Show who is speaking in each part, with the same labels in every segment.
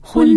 Speaker 1: 婚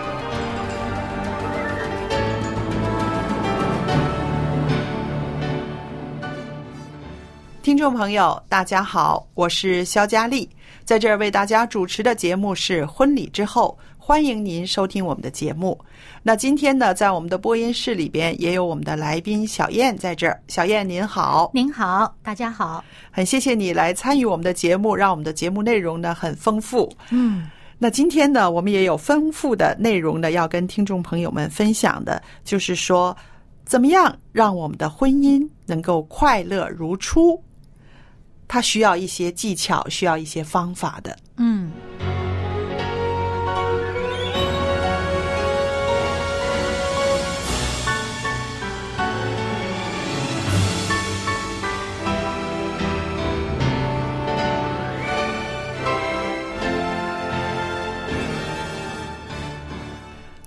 Speaker 2: 听众朋友，大家好，我是肖佳丽，在这儿为大家主持的节目是《婚礼之后》，欢迎您收听我们的节目。那今天呢，在我们的播音室里边也有我们的来宾小燕在这儿，小燕您好，
Speaker 1: 您好，大家好。
Speaker 2: 很谢谢你来参与我们的节目，让我们的节目内容呢很丰富。
Speaker 1: 嗯，
Speaker 2: 那今天呢，我们也有丰富的内容呢，要跟听众朋友们分享的，就是说，怎么样让我们的婚姻能够快乐如初？它需要一些技巧，需要一些方法的。
Speaker 1: 嗯，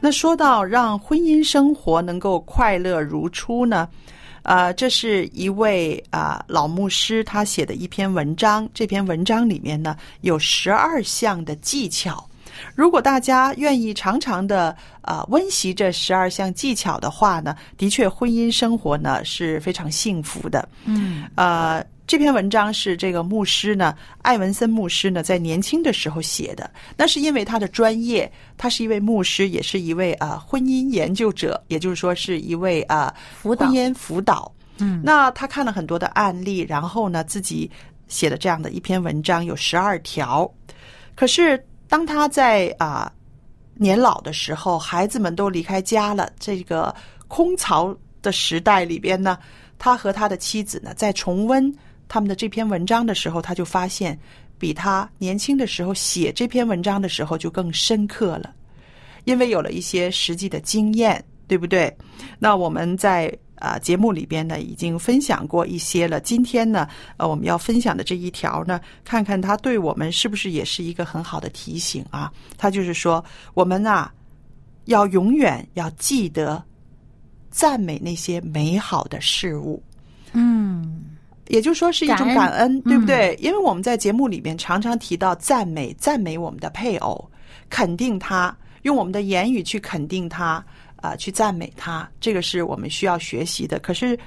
Speaker 2: 那说到让婚姻生活能够快乐如初呢，呃，这是一位啊、呃老牧师他写的一篇文章。这篇文章里面呢有十二项的技巧。如果大家愿意常常的呃温习这十二项技巧的话呢，的确婚姻生活呢是非常幸福的。
Speaker 1: 嗯，
Speaker 2: 呃，这篇文章是这个牧师呢，艾文森牧师呢，在年轻的时候写的。那是因为他的专业，他是一位牧师，也是一位啊、呃婚姻研究者，也就是说是一位啊、呃
Speaker 1: 辅导
Speaker 2: 婚姻辅导。
Speaker 1: 嗯
Speaker 2: 那他看了很多的案例，然后呢，自己写了这样的一篇文章，有十二条。可是当他在啊、年老的时候，孩子们都离开家了，这个空巢的时代里边呢，他和他的妻子呢，在重温他们的这篇文章的时候，他就发现，比他年轻的时候写这篇文章的时候就更深刻了，因为有了一些实际的经验，对不对？那我们在啊、呃节目里边呢已经分享过一些了。今天呢，呃，我们要分享的这一条呢，看看它对我们是不是也是一个很好的提醒啊？它就是说，我们啊要永远要记得赞美那些美好的事物。
Speaker 1: 嗯，
Speaker 2: 也就是说是一种
Speaker 1: 感恩
Speaker 2: 感恩，对不
Speaker 1: 嗯
Speaker 2: 对？因为我们在节目里面常常提到赞美，赞美我们的配偶，肯定他，用我们的言语去肯定他，啊、去赞美他，这个是我们需要学习的。可是，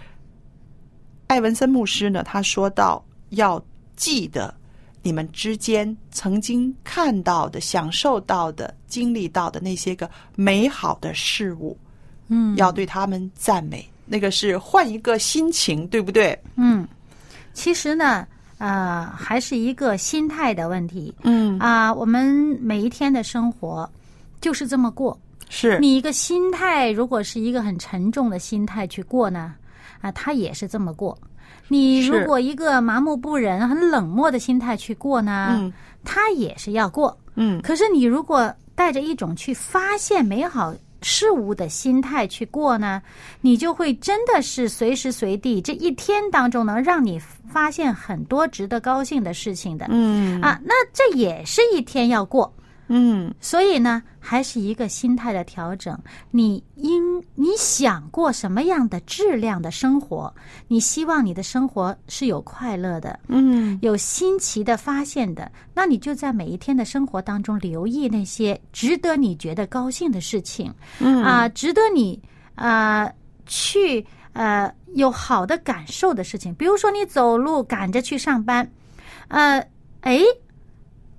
Speaker 2: 艾文森牧师呢，他说到要记得你们之间曾经看到的、享受到的、经历到的那些个美好的事物，
Speaker 1: 嗯，
Speaker 2: 要对他们赞美。那个是换一个心情，对不对？
Speaker 1: 嗯，其实呢，呃，还是一个心态的问题
Speaker 2: 嗯，
Speaker 1: 啊、我们每一天的生活就是这么过。
Speaker 2: 是。
Speaker 1: 你一个心态，如果是一个很沉重的心态去过呢，啊，他也是这么过。你如
Speaker 2: 是
Speaker 1: 果一个麻木不仁、很冷漠的心态去过呢
Speaker 2: 嗯，
Speaker 1: 他也是要过。
Speaker 2: 嗯
Speaker 1: 可是你如果带着一种去发现美好事物的心态去过呢，你就会真的是随时随地这一天当中能让你发现很多值得高兴的事情的。
Speaker 2: 嗯
Speaker 1: 啊，那这也是一天要过。
Speaker 2: 嗯，
Speaker 1: 所以呢，还是一个心态的调整。你应你想过什么样的质量的生活？你希望你的生活是有快乐的，
Speaker 2: 嗯，
Speaker 1: 有新奇的发现的，那你就在每一天的生活当中留意那些值得你觉得高兴的事情，嗯啊、值得你啊、呃去呃有好的感受的事情，比如说你走路赶着去上班，呃，哎，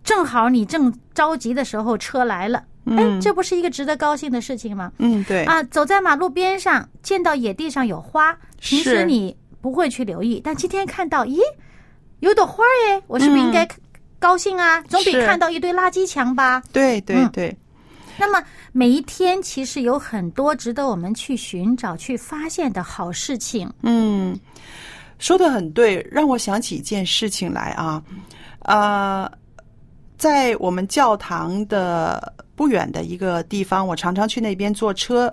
Speaker 1: 正好你正着急的时候车来了，哎，这不是一个值得高兴的事情吗？
Speaker 2: 嗯，对，
Speaker 1: 啊，走在马路边上，见到野地上有花，平时
Speaker 2: 是
Speaker 1: 你不会去留意，但今天看到，咦，有朵花儿耶，我是不是应该高兴啊？总比
Speaker 2: 嗯是
Speaker 1: 看到一堆垃圾强吧？
Speaker 2: 对对
Speaker 1: 嗯
Speaker 2: 对，
Speaker 1: 那么每一天其实有很多值得我们去寻找、去发现的好事情。
Speaker 2: 嗯，说的很对，让我想起一件事情来啊，呃，在我们教堂的不远的一个地方，我常常去那边坐车，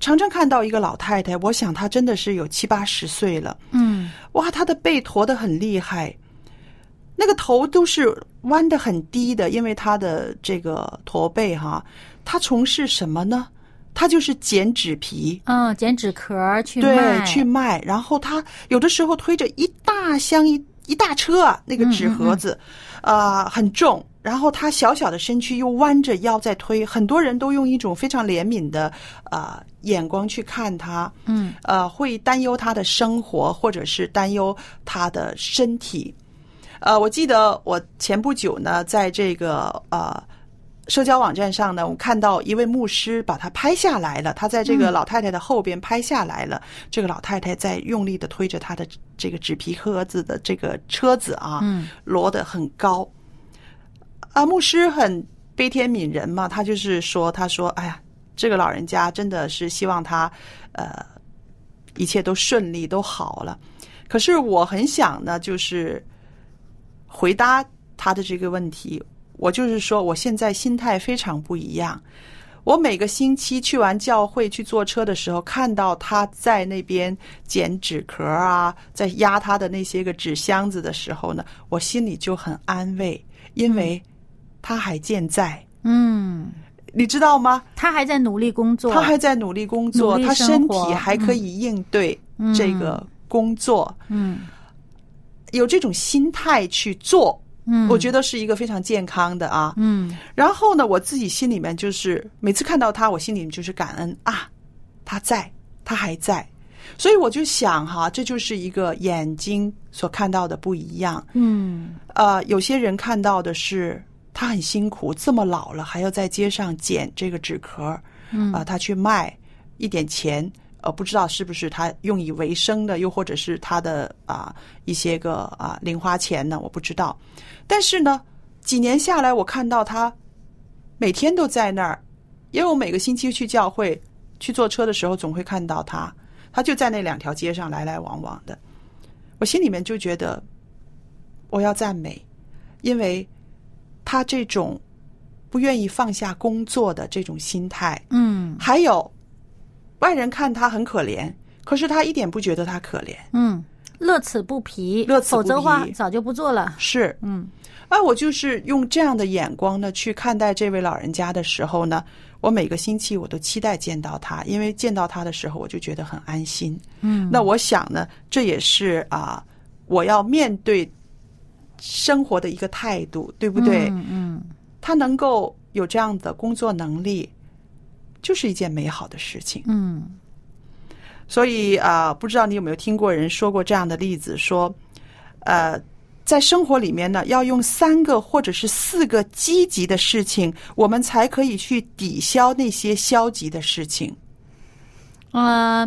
Speaker 2: 常常看到一个老太太，我想她真的是有七八十岁了，
Speaker 1: 嗯
Speaker 2: 哇，她的背驼得很厉害，那个头都是弯得很低的，因为她的这个驼背哈，她从事什么呢？她就是剪纸皮。
Speaker 1: 嗯，剪纸壳儿去卖，
Speaker 2: 对，去卖。然后他有的时候推着一大箱一一大车啊，那个纸盒子，
Speaker 1: 嗯
Speaker 2: 呃，很重。然后他小小的身躯又弯着腰在推，很多人都用一种非常怜悯的呃眼光去看他，
Speaker 1: 嗯
Speaker 2: 呃，会担忧他的生活，或者是担忧他的身体。呃，我记得我前不久呢，在这个呃社交网站上呢，我看到一位牧师把他拍下来了，他在这个老太太的后边拍下来了。这个老太太在用力的推着她的这个纸皮盒子的这个车子啊，
Speaker 1: 嗯
Speaker 2: 摞得很高。啊，牧师很悲天悯人嘛，他就是说，他说，哎呀，这个老人家真的是希望他，呃，一切都顺利都好了。可是我很想呢，就是回答他的这个问题，我就是说，我现在心态非常不一样。我每个星期去完教会去坐车的时候，看到他在那边捡纸壳啊，在压他的那些个纸箱子的时候呢，我心里就很安慰，因为他还健在，
Speaker 1: 嗯，
Speaker 2: 你知道吗？
Speaker 1: 他还在努力工作，
Speaker 2: 他还在努力工作，
Speaker 1: 努力
Speaker 2: 他身
Speaker 1: 生活
Speaker 2: 体还可以应对这个工作，
Speaker 1: 嗯
Speaker 2: 有这种心态去做，
Speaker 1: 嗯，
Speaker 2: 我觉得是一个非常健康的啊。
Speaker 1: 嗯
Speaker 2: 然后呢，我自己心里面就是每次看到他，我心里面就是感恩啊，他在，他还在。所以我就想哈，这就是一个眼睛所看到的不一样。
Speaker 1: 嗯
Speaker 2: 呃，有些人看到的是他很辛苦，这么老了还要在街上捡这个纸壳儿，
Speaker 1: 嗯
Speaker 2: 啊、他去卖一点钱，呃，不知道是不是他用以为生的，又或者是他的啊、一些个啊、零花钱呢，我不知道。但是呢，几年下来，我看到他每天都在那儿，因为我每个星期去教会去坐车的时候，总会看到他，他就在那两条街上来来往往的。我心里面就觉得，我要赞美，因为他这种不愿意放下工作的这种心态，
Speaker 1: 嗯
Speaker 2: 还有外人看他很可怜，可是他一点不觉得他可怜。
Speaker 1: 嗯，乐此不疲，
Speaker 2: 乐此不
Speaker 1: 否
Speaker 2: 疲
Speaker 1: 则的话早就不做了。
Speaker 2: 是，
Speaker 1: 嗯
Speaker 2: 啊，我就是用这样的眼光呢去看待这位老人家的时候呢，我每个星期我都期待见到他，因为见到他的时候我就觉得很安心。
Speaker 1: 嗯，
Speaker 2: 那我想呢，这也是啊，我要面对生活的一个态度，对不对？
Speaker 1: 嗯嗯
Speaker 2: 他能够有这样的工作能力，就是一件美好的事情。
Speaker 1: 嗯
Speaker 2: 所以啊、呃不知道你有没有听过人说过这样的例子，说，呃，在生活里面呢，要用三个或者是四个积极的事情，我们才可以去抵消那些消极的事情。
Speaker 1: 呃，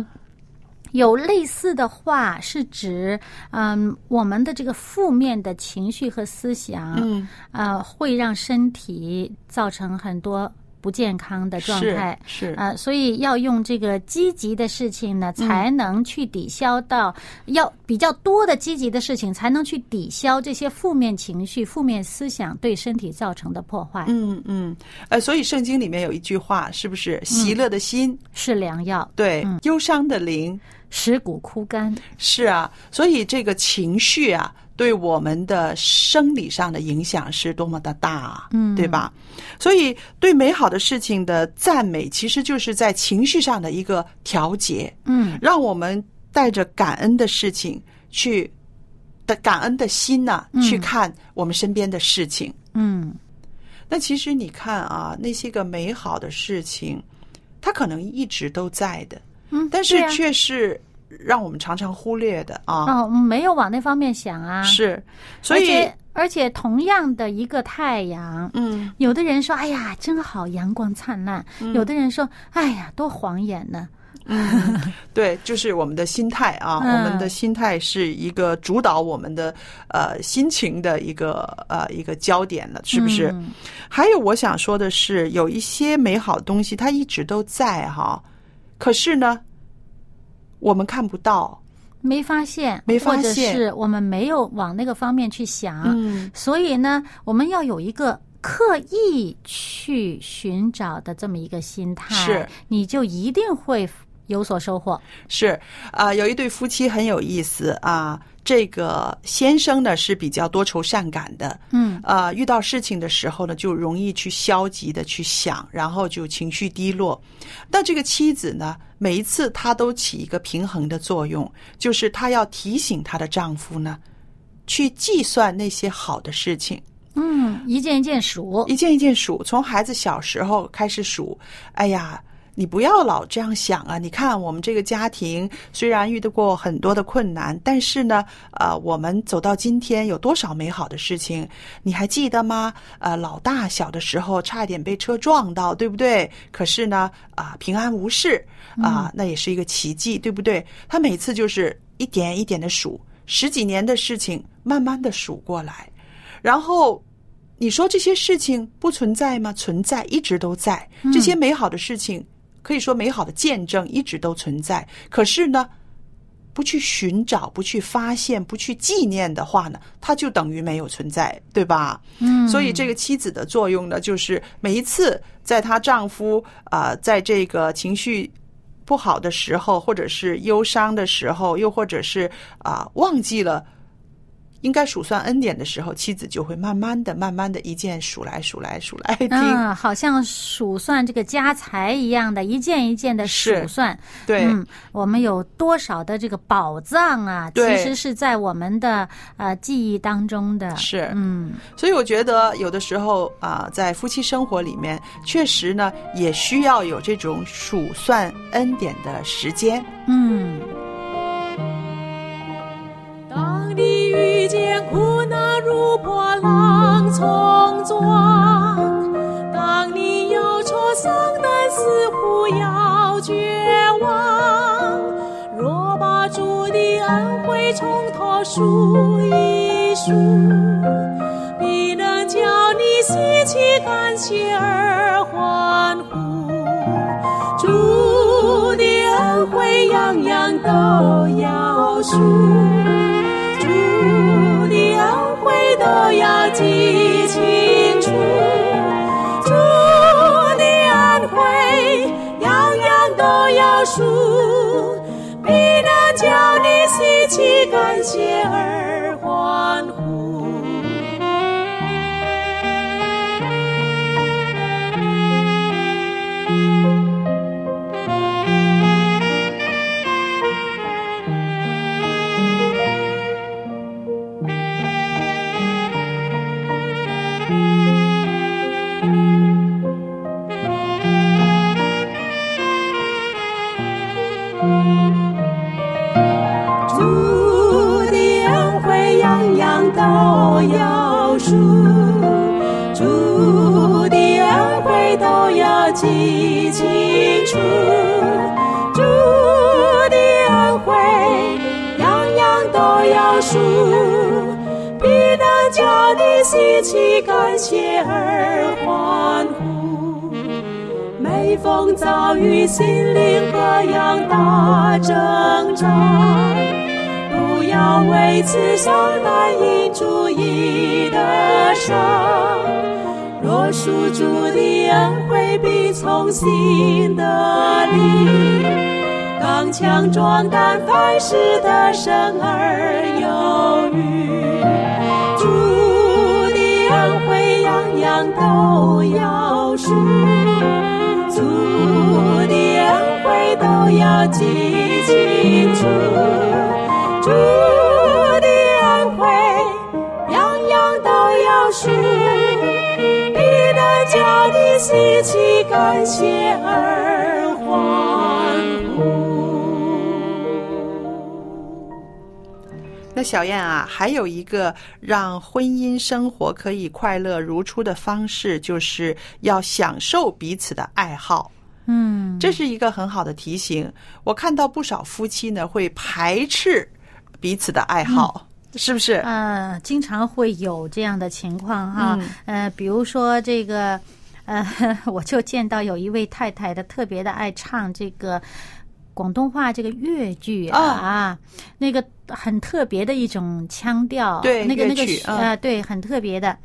Speaker 1: 有类似的话是指，嗯、我们的这个负面的情绪和思想，
Speaker 2: 嗯，
Speaker 1: 呃，会让身体造成很多不健康的状态。
Speaker 2: 啊是啊嗯
Speaker 1: 呃，所以要用这个积极的事情呢，才能去抵消到、要比较多的积极的事情，才能去抵消这些负面情绪、负面思想对身体造成的破坏，
Speaker 2: 嗯嗯，呃，所以圣经里面有一句话，是不是？喜乐的心，
Speaker 1: 是良药，
Speaker 2: 对，忧伤的灵，
Speaker 1: 使骨枯干。
Speaker 2: 是啊，所以这个情绪啊，对我们的生理上的影响是多么的大、啊，
Speaker 1: 嗯
Speaker 2: 对吧？所以对美好的事情的赞美，其实就是在情绪上的一个调节，
Speaker 1: 嗯
Speaker 2: 让我们带着感恩的事情去的感恩的心呐、
Speaker 1: 嗯
Speaker 2: 去看我们身边的事情。
Speaker 1: 嗯
Speaker 2: 那其实你看啊，那些个美好的事情，它可能一直都在的，
Speaker 1: 嗯，
Speaker 2: 但是
Speaker 1: 对啊
Speaker 2: 却是让我们常常忽略的啊。
Speaker 1: 哦，没有往那方面想啊。，
Speaker 2: 是，所以
Speaker 1: 而且而且同样的一个太阳，
Speaker 2: 嗯，
Speaker 1: 有的人说：“哎呀，真好，阳光灿烂。有的人说：“哎呀，多晃眼呢。
Speaker 2: 对，就是我们的心态啊，
Speaker 1: 嗯
Speaker 2: 我们的心态是一个主导我们的呃心情的一个呃一个焦点了，是不是？
Speaker 1: 嗯
Speaker 2: 还有我想说的是，有一些美好的东西它一直都在哈、可是呢，我们看不到。
Speaker 1: 没发现，
Speaker 2: 没发
Speaker 1: 或
Speaker 2: 现
Speaker 1: 者是我们没有往那个方面去想。
Speaker 2: 嗯，
Speaker 1: 所以呢，我们要有一个刻意去寻找的这么一个心态，
Speaker 2: 是，
Speaker 1: 你就一定会有所收获。
Speaker 2: 是啊、有一对夫妻很有意思啊、这个先生呢是比较多愁善感的，
Speaker 1: 嗯
Speaker 2: 呃，遇到事情的时候呢，就容易去消极的去想，然后就情绪低落。那这个妻子呢，每一次她都起一个平衡的作用，就是她要提醒她的丈夫呢，去计算那些好的事情，
Speaker 1: 嗯，一件一件数。
Speaker 2: 一件一件数，从孩子小时候开始数。哎呀，你不要老这样想啊！你看我们这个家庭虽然遇到过很多的困难，但是呢，呃，我们走到今天有多少美好的事情？你还记得吗？呃，老大小的时候差一点被车撞到，对不对？可是呢，啊、平安无事啊、那也是一个奇迹，对不对？他每次就是一点一点的数，十几年的事情，慢慢的数过来。然后你说这些事情不存在吗？存在，一直都在。这些美好的事情，可以说美好的见证一直都存在。可是呢，不去寻找、不去发现、不去纪念的话呢，它就等于没有存在，对吧？
Speaker 1: 嗯，
Speaker 2: 所以这个妻子的作用呢，就是每一次在她丈夫啊、呃在这个情绪不好的时候，或者是忧伤的时候，又或者是啊、忘记了应该数算恩典的时候，妻子就会慢慢的、慢慢的一件数来、数来、数 来听。
Speaker 1: 嗯，好像数算这个家财一样的，一件一件的数
Speaker 2: 是
Speaker 1: 算。
Speaker 2: 对，
Speaker 1: 嗯，我们有多少的这个宝藏啊？其
Speaker 2: 对
Speaker 1: 实是在我们的呃记忆当中的。
Speaker 2: 是
Speaker 1: 嗯
Speaker 2: 所以我觉得有的时候啊、在夫妻生活里面，确实呢也需要有这种数算恩典的时间。
Speaker 1: 嗯。
Speaker 3: 当你遇见苦难如波浪冲撞，当你忧愁丧胆似乎要绝望，若把主的恩惠从头数一数，必能叫你喜气感谢而欢呼。主的恩惠样样都要数。主的恩惠都要记清楚，主的恩惠样样都要数，必能叫你喜气感谢而欢呼。主的恩惠样样都要数，主的恩惠都要记清楚，主的恩惠样样都要数，必能叫你喜气感谢而欢呼。每逢遭遇心灵各样大挣扎，不要为此伤胆因主义的伤。若属主的恩惠，必从心得力，刚强壮胆，凡事得胜而有余。上都要是祖的恩惠都要记清楚，主的恩惠样样都要是，彼得家的喜气感谢而欢呼。
Speaker 2: 那小燕啊，还有一个让婚姻生活可以快乐如初的方式，就是要享受彼此的爱好。
Speaker 1: 嗯，
Speaker 2: 这是一个很好的提醒。我看到不少夫妻呢会排斥彼此的爱好，
Speaker 1: 嗯
Speaker 2: 是不是？
Speaker 1: 呃，经常会有这样的情况哈，
Speaker 2: 嗯
Speaker 1: 呃，比如说这个，呃， 我就见到有一位太太的特别的爱唱这个广东话这个粤剧啊，啊
Speaker 2: 哦
Speaker 1: 那个很特别的一种腔调，
Speaker 2: 对
Speaker 1: 那个那个
Speaker 2: 粤曲嗯
Speaker 1: 呃，对，很特别的。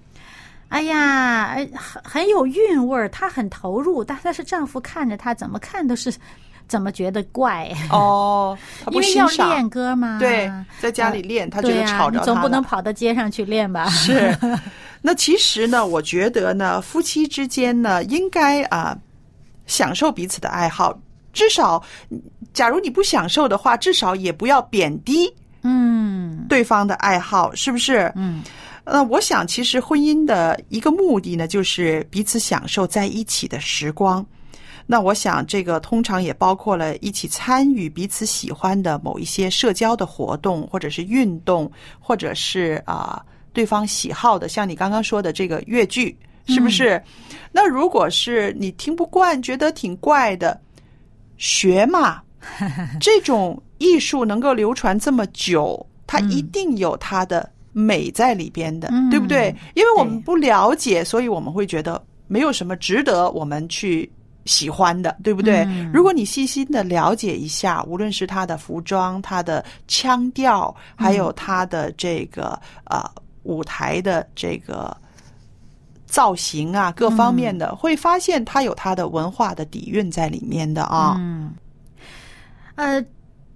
Speaker 1: 哎呀，哎很很有韵味儿，她很投入，但但是丈夫看着她怎么看都是，怎么觉得怪，
Speaker 2: 哦，他
Speaker 1: 因
Speaker 2: 不
Speaker 1: 为
Speaker 2: 欣
Speaker 1: 要
Speaker 2: 赏
Speaker 1: 练。歌嘛。
Speaker 2: 对，在家里练，他觉
Speaker 1: 对
Speaker 2: 得
Speaker 1: 呀，
Speaker 2: 吵
Speaker 1: 你
Speaker 2: 着他
Speaker 1: 总不
Speaker 2: 了
Speaker 1: 能跑到街上去练吧？
Speaker 2: 是，那其实呢，我觉得呢，夫妻之间呢，应该啊、享受彼此的爱好。至少，嗯假如你不享受的话，至少也不要贬低
Speaker 1: 嗯
Speaker 2: 对方的爱好，是不是？
Speaker 1: 嗯
Speaker 2: 那我想，其实婚姻的一个目的呢，就是彼此享受在一起的时光。那我想，这个通常也包括了一起参与彼此喜欢的某一些社交的活动，或者是运动，或者是啊、对方喜好的，像你刚刚说的这个越剧，是不
Speaker 1: 嗯
Speaker 2: 是？那如果是你听不惯，觉得挺怪的，学 嘛，这种艺术能够流传这么久，它一定有它的美在里边的，
Speaker 1: 嗯
Speaker 2: 对不对？因为我们
Speaker 1: 对
Speaker 2: 不了解，所以我们会觉得没有什么值得我们去喜欢的，对不对？
Speaker 1: 嗯
Speaker 2: 如果你细心的了解一下，无论是他的服装、他的腔调，还有他的这个、呃舞台的这个。造型啊，各方面
Speaker 1: 嗯
Speaker 2: 的、会发现它有它的文化的底蕴在里面的啊。
Speaker 1: 嗯，呃，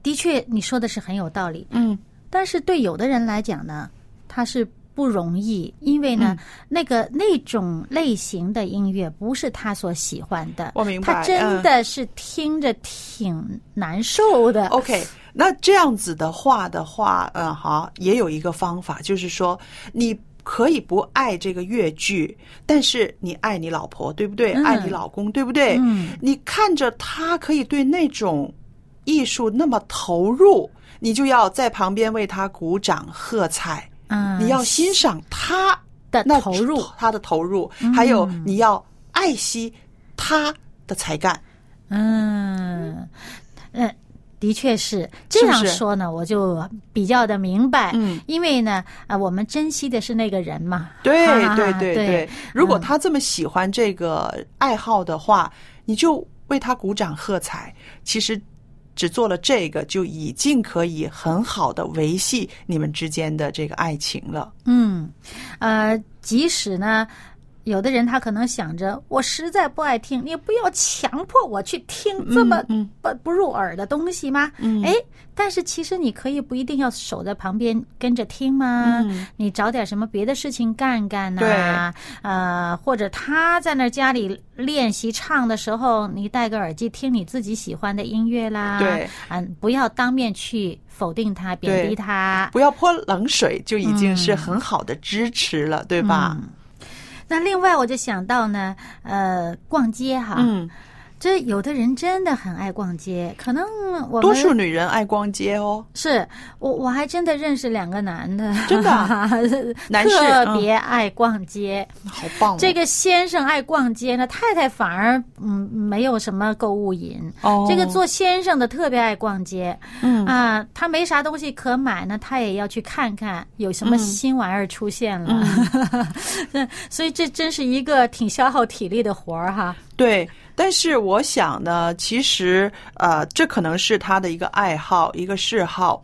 Speaker 1: 的确，你说的是很有道理。
Speaker 2: 嗯
Speaker 1: 但是对有的人来讲呢，他是不容易，因为呢，
Speaker 2: 嗯
Speaker 1: 那个那种类型的音乐不是他所喜欢的，
Speaker 2: 哦我明白嗯
Speaker 1: 他真的是听着挺难受的。
Speaker 2: OK，那这样子的话的话，嗯，好，也有一个方法，就是说你。可以不爱这个越剧，但是你爱你老婆，对不对？
Speaker 1: 嗯
Speaker 2: 爱你老公，对不对？
Speaker 1: 嗯
Speaker 2: 你看着他可以对那种艺术那么投入，你就要在旁边为他鼓掌喝彩。
Speaker 1: 嗯，
Speaker 2: 你要欣赏他
Speaker 1: 的
Speaker 2: 那
Speaker 1: 投入，嗯
Speaker 2: 他的投入，还有你要爱惜他的才干。
Speaker 1: 嗯，呃，的确是这
Speaker 2: 是不
Speaker 1: 样
Speaker 2: 是
Speaker 1: 说呢，我就比较的明白。
Speaker 2: 嗯，
Speaker 1: 因为呢，啊，我们珍惜的是那个人嘛。
Speaker 2: 对
Speaker 1: 哈哈
Speaker 2: 对
Speaker 1: 哈
Speaker 2: 对
Speaker 1: 对嗯
Speaker 2: 对，如果他这么喜欢这个爱好的话，你就为他鼓掌喝彩。其实只做了这个，就已经可以很好的维系你们之间的这个爱情了。
Speaker 1: 嗯，呃，即使呢，有的人他可能想着我实在不爱听，你不要强迫我去听这么
Speaker 2: 嗯
Speaker 1: 不、不入耳的东西吗？
Speaker 2: 嗯
Speaker 1: 哎，但是其实你可以不一定要守在旁边跟着听吗？
Speaker 2: 嗯
Speaker 1: 你找点什么别的事情干干呐、呃，或者他在那儿家里练习唱的时候，你戴个耳机听你自己喜欢的音乐啦。
Speaker 2: 对，
Speaker 1: 嗯，不要当面去否定他、贬低
Speaker 2: 对
Speaker 1: 他。
Speaker 2: 不要泼冷水，就已经
Speaker 1: 嗯
Speaker 2: 是很好的支持了，对吧？嗯
Speaker 1: 那另外我就想到呢，呃，逛街哈，
Speaker 2: 嗯，
Speaker 1: 这有的人真的很爱逛街，可能我们
Speaker 2: 多数女人爱逛街哦。
Speaker 1: 是我我还真的认识两个男的，
Speaker 2: 真的 啊男士嗯
Speaker 1: 特别爱逛街。
Speaker 2: 好棒、哦！
Speaker 1: 这个先生爱逛街呢，太太反而嗯没有什么购物瘾。
Speaker 2: 哦，
Speaker 1: 这个做先生的特别爱逛街，
Speaker 2: 嗯
Speaker 1: 啊，他没啥东西可买呢，他也要去看看有
Speaker 2: 嗯
Speaker 1: 什么新玩意儿出现了。那 所以这真是一个挺消耗体力的活儿哈。
Speaker 2: 对，但是我想呢，其实呃，这可能是他的一个爱好，一个嗜好。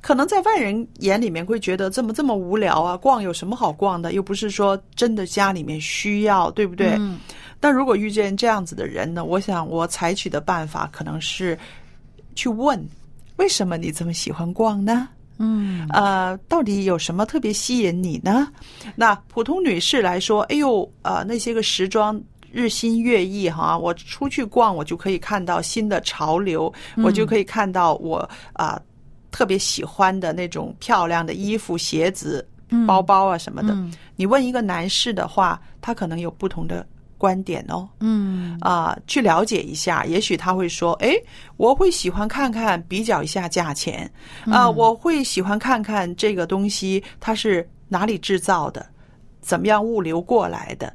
Speaker 2: 可能在外人眼里面会觉得这么这么无聊啊，逛有什么好逛的？又不是说真的家里面需要，对不对？
Speaker 1: 嗯
Speaker 2: 但如果遇见这样子的人呢，我想我采取的办法可能是去问，为什么你这么喜欢逛呢？
Speaker 4: 嗯
Speaker 2: 呃，到底有什么特别吸引你呢？那普通女士来说，哎呦，呃，那些个时装日新月异哈，我出去逛，我就可以看到新的潮流，我就可以看到我啊、呃特别喜欢的那种漂亮的衣服、鞋子、
Speaker 1: 嗯
Speaker 2: 包包啊什么的。
Speaker 4: 嗯
Speaker 2: 你问一个男士的话，他可能有不同的观点哦。
Speaker 4: 嗯
Speaker 2: 啊、去了解一下，也许他会说：“哎，我会喜欢看看，比较一下价钱，
Speaker 1: 嗯
Speaker 2: 啊、我会喜欢看看这个东西它是哪里制造的，怎么样物流过来的。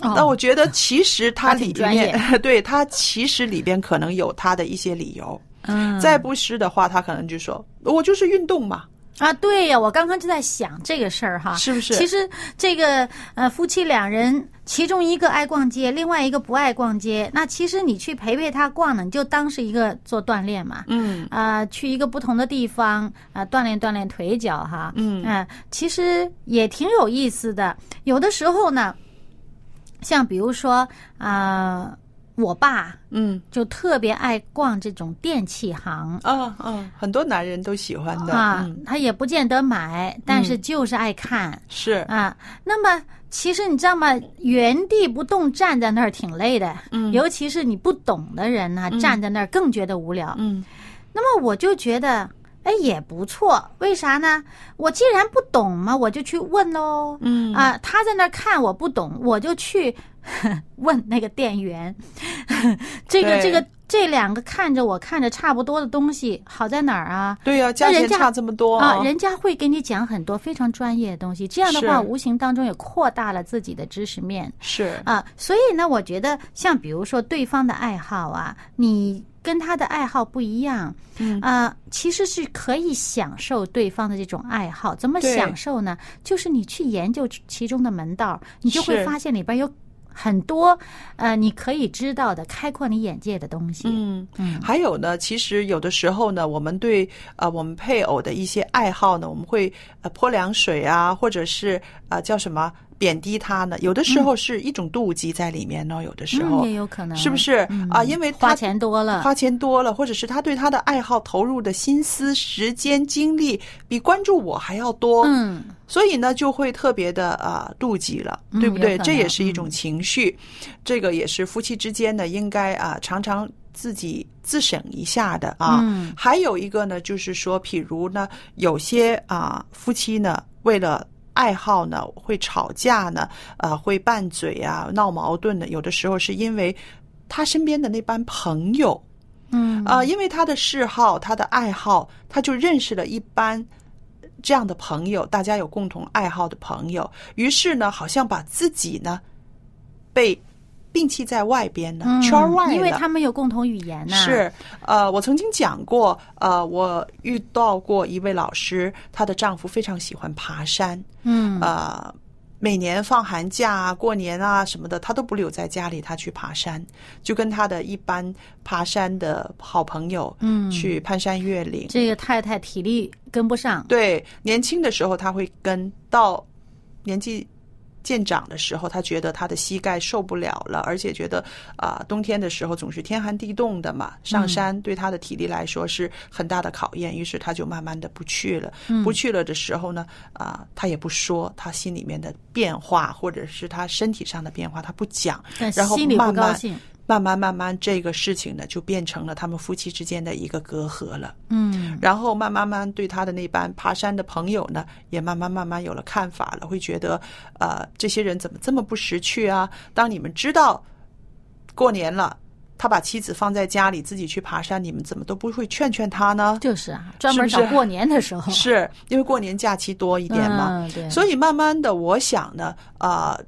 Speaker 4: 哦
Speaker 2: 那我觉得其实它
Speaker 1: 还挺
Speaker 2: 里
Speaker 1: 专
Speaker 2: 面， 对它其实里边可能有它的一些理由。
Speaker 4: 嗯，
Speaker 2: 再不是的话，他可能就说：“我就是运动嘛。
Speaker 1: 啊，对呀、我刚刚就在想这个事儿哈，
Speaker 2: 是不是
Speaker 1: 其实这个呃，夫妻两人，其中一个爱逛街，另外一个不爱逛街，那其实你去陪陪他逛呢，你就当是一个做锻炼嘛，
Speaker 2: 嗯
Speaker 1: 啊、去一个不同的地方啊、锻炼锻炼腿脚哈，
Speaker 2: 嗯
Speaker 1: 啊其实也挺有意思的。有的时候呢，像比如说啊、我爸”
Speaker 2: 嗯
Speaker 1: 就特别爱逛这种电器行。
Speaker 2: 啊啊，很多男人都喜欢的，
Speaker 1: 啊
Speaker 2: 嗯，、
Speaker 1: 他也不见得买，但是
Speaker 2: 嗯
Speaker 1: 就是爱看。
Speaker 2: 是
Speaker 1: 啊，那么其实你知道吗？原地不动站在那儿挺累的，
Speaker 2: 嗯
Speaker 1: 尤其是你不懂的人呢、站在那儿更觉得无聊。
Speaker 2: 嗯
Speaker 1: 那么我就觉得，哎，也不错。为啥呢？我既然不懂嘛，我就去问喽。
Speaker 2: 嗯
Speaker 1: 啊，他在那儿看我不懂，我就去 问那个店员。 这个
Speaker 2: 对
Speaker 1: 这个这两个看着我看着差不多的东西，好在哪儿啊？
Speaker 2: 对呀、价
Speaker 1: 人
Speaker 2: 钱
Speaker 1: 家
Speaker 2: 差这么多
Speaker 1: 啊，人家会给你讲很多非常专业的东西，这样的
Speaker 2: 哦是
Speaker 1: 话，无形当中也扩大了自己的知识面
Speaker 2: 是
Speaker 1: 啊。所以呢，我觉得像比如说对方的爱好啊，你跟他的爱好不一样，
Speaker 2: 嗯
Speaker 1: 啊，其实是可以享受对方的这种爱好。怎么
Speaker 2: 对
Speaker 1: 享受呢？就是你去研究其中的门道，你就会
Speaker 2: 是
Speaker 1: 发现里边有很多呃你可以知道的、开阔你眼界的东西。
Speaker 2: 嗯，还有呢，其实有的时候呢，我们对呃我们配偶的一些爱好呢，我们会呃泼凉水啊，或者是呃叫什么贬低他呢？有的时候是一种妒忌在里面呢，有的时
Speaker 1: 嗯，
Speaker 2: 候
Speaker 1: 也有可能，
Speaker 2: 是不是
Speaker 1: 嗯
Speaker 2: 啊？因为他
Speaker 1: 花钱嗯多了，
Speaker 2: 花钱多了，或者是他对他的爱好投入的心思、时间、精力比关注我还要多，
Speaker 1: 嗯。
Speaker 2: 所以呢，就会特别的啊妒忌了，
Speaker 1: 嗯
Speaker 2: 对不
Speaker 1: 有
Speaker 2: 对？
Speaker 1: 可能嗯
Speaker 2: 这也是一种情绪，这个也是夫妻之间呢，应该啊常常自己自省一下的啊。
Speaker 1: 嗯
Speaker 2: 还有一个呢，就是说，譬如呢，有些啊夫妻呢，为了爱好呢会吵架呢，啊会拌嘴啊闹矛盾的，有的时候是因为他身边的那班朋友。
Speaker 1: 嗯
Speaker 2: 啊、因为他的嗜好、他的爱好，他就认识了一般这样的朋友，大家有共同爱好的朋友，于是呢，好像把自己呢被摒弃在外边了，
Speaker 1: 嗯
Speaker 2: 圈儿外了。
Speaker 1: 因为他们有共同语言呐、
Speaker 2: 是，呃，我曾经讲过，呃，我遇到过一位老师，她的丈夫非常喜欢爬山，
Speaker 1: 嗯
Speaker 2: 呃，每年放寒假啊、过年啊什么的，他都不留在家里，他去爬山，就跟他的一般爬山的好朋友，
Speaker 1: 嗯
Speaker 2: 去攀山越岭。
Speaker 1: 这个太太体力跟不上，
Speaker 2: 对，年轻的时候他会跟，到年纪渐长的时候，他觉得他的膝盖受不了了，而且觉得啊、冬天的时候总是天寒地冻的嘛，上
Speaker 1: 嗯
Speaker 2: 山对他的体力来说是很大的考验，于是他就慢慢的不去了。
Speaker 1: 嗯
Speaker 2: 不去了的时候呢，啊、他也不说他心里面的变化，或者是他身体上的变化，他不讲，
Speaker 1: 但
Speaker 2: 然后
Speaker 1: 心里不
Speaker 2: 慢
Speaker 1: 高
Speaker 2: 慢
Speaker 1: 兴。
Speaker 2: 慢慢慢慢，这个事情呢就变成了他们夫妻之间的一个隔阂了。
Speaker 1: 嗯
Speaker 2: 然后慢慢慢对他的那班爬山的朋友呢，也慢慢慢慢有了看法了，会觉得，呃，这些人怎么这么不识趣啊？当你们知道过年了，他把妻子放在家里自己去爬山，你们怎么都不会劝劝 他呢？
Speaker 1: 就是啊，专门
Speaker 2: 是不
Speaker 1: 找
Speaker 2: 是
Speaker 1: 过年的时候
Speaker 2: 是因为过年假期多一
Speaker 1: 一
Speaker 2: 点嘛，
Speaker 1: 对，
Speaker 2: 所以慢慢的，我想呢，呃，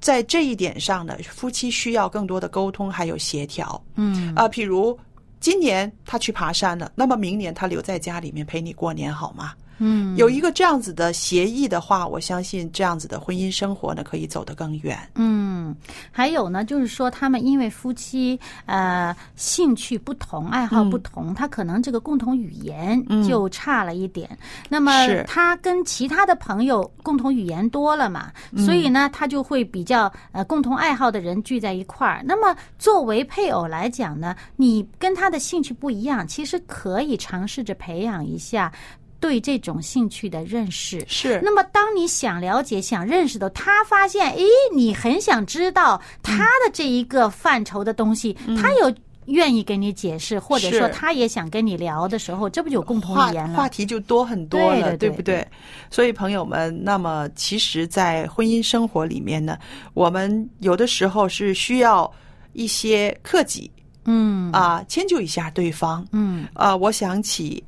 Speaker 2: 在这一点上呢，夫妻需要更多的沟通还有协调。
Speaker 1: 嗯
Speaker 2: 啊，譬如今年他去爬山了，那么明年他留在家里面陪你过年好吗？
Speaker 1: 嗯
Speaker 2: 有一个这样子的协议的话，我相信这样子的婚姻生活呢，可以走得更远。
Speaker 1: 嗯，还有呢，就是说他们因为夫妻呃兴趣不同、爱好不同，他可能这个共同语言就差了一点。那么
Speaker 2: 是
Speaker 1: 他跟其他的朋友共同语言多了嘛，所以呢，他就会比较呃共同爱好的人聚在一块儿。那么作为配偶来讲呢，你跟他的兴趣不一样，其实可以尝试着培养一下。
Speaker 5: 对这种兴趣的认识。
Speaker 2: 是
Speaker 5: 那么，当你想了解、想认识的，他发现，诶，你很想知道他
Speaker 2: 嗯
Speaker 5: 的这一个范畴的东西，他有愿意给你解释，或者说
Speaker 2: 是
Speaker 5: 他也想跟你聊的时候，这不就有共同
Speaker 2: 话
Speaker 5: 语言了
Speaker 2: 话？题就多很多
Speaker 5: 对
Speaker 2: 了，
Speaker 5: 对对
Speaker 2: 不对？所以朋友们，那么其实，在婚姻生活里面呢，我们有的时候是需要一些克己
Speaker 5: 嗯
Speaker 2: 啊、迁就一下对方
Speaker 5: 嗯
Speaker 2: 啊、我想起。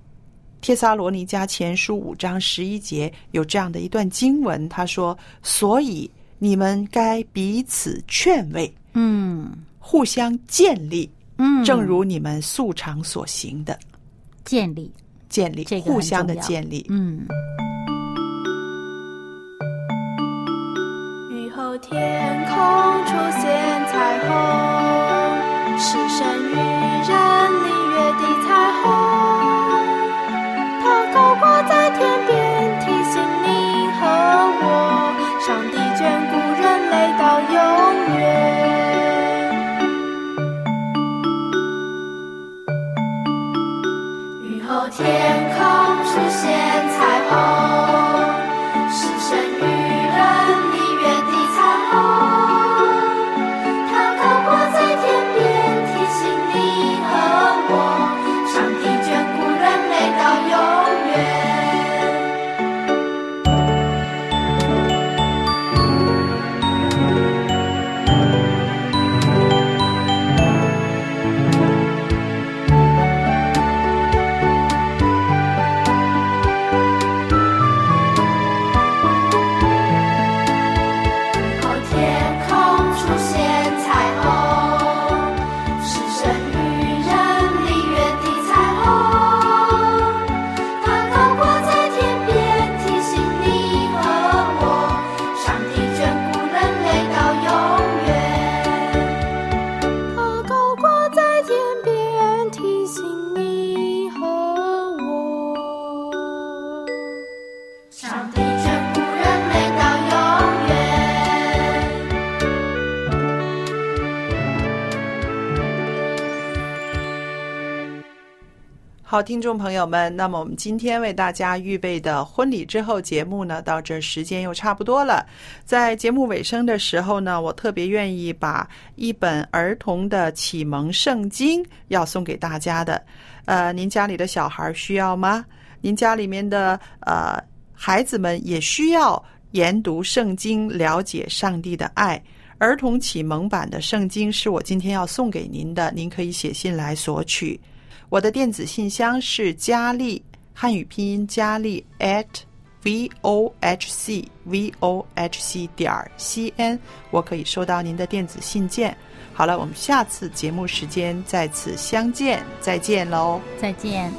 Speaker 2: 帖撒罗尼迦前书五章十一节有这样的一段经文，他说：“所以你们该彼此劝慰，
Speaker 5: 嗯
Speaker 2: 互相建立，
Speaker 5: 嗯，
Speaker 2: 正如你们素常所行的
Speaker 5: 建立，
Speaker 2: 建立，
Speaker 5: 这个很
Speaker 2: 互相的
Speaker 5: 重要
Speaker 2: 建立。
Speaker 5: 嗯。
Speaker 3: 雨后天空出现彩虹，是神与人领约的彩虹。它高挂在天边，提醒你和我，上帝眷顾人类到永远。雨后天空出现彩虹。是神与人里约的彩虹，它高挂在天边，提醒你和我，上帝眷顾人类到永远。后天空出现彩虹，是神与人里约的彩虹。它高挂在天边，提醒你和我，上帝眷顾人类到永远。它高挂在天边，提醒你和我。上帝眷顾人类到永远。
Speaker 2: 好，听众朋友们，那么我们今天为大家预备的婚礼之后节目呢，到这儿时间又差不多了。在节目尾声的时候呢，我特别愿意把一本儿童的启蒙圣经要送给大家的。呃，您家里的小孩需要吗？您家里面的呃孩子们也需要研读圣经，了解上帝的爱。儿童启蒙版的圣经是我今天要送给您的，您可以写信来索取。我的电子信箱是佳丽，汉语拼音佳丽 at v o h c v o h c 点 c n，我可以收到您的电子信件。好了，我们下次节目时间再次相见，再见喽。
Speaker 5: 再见。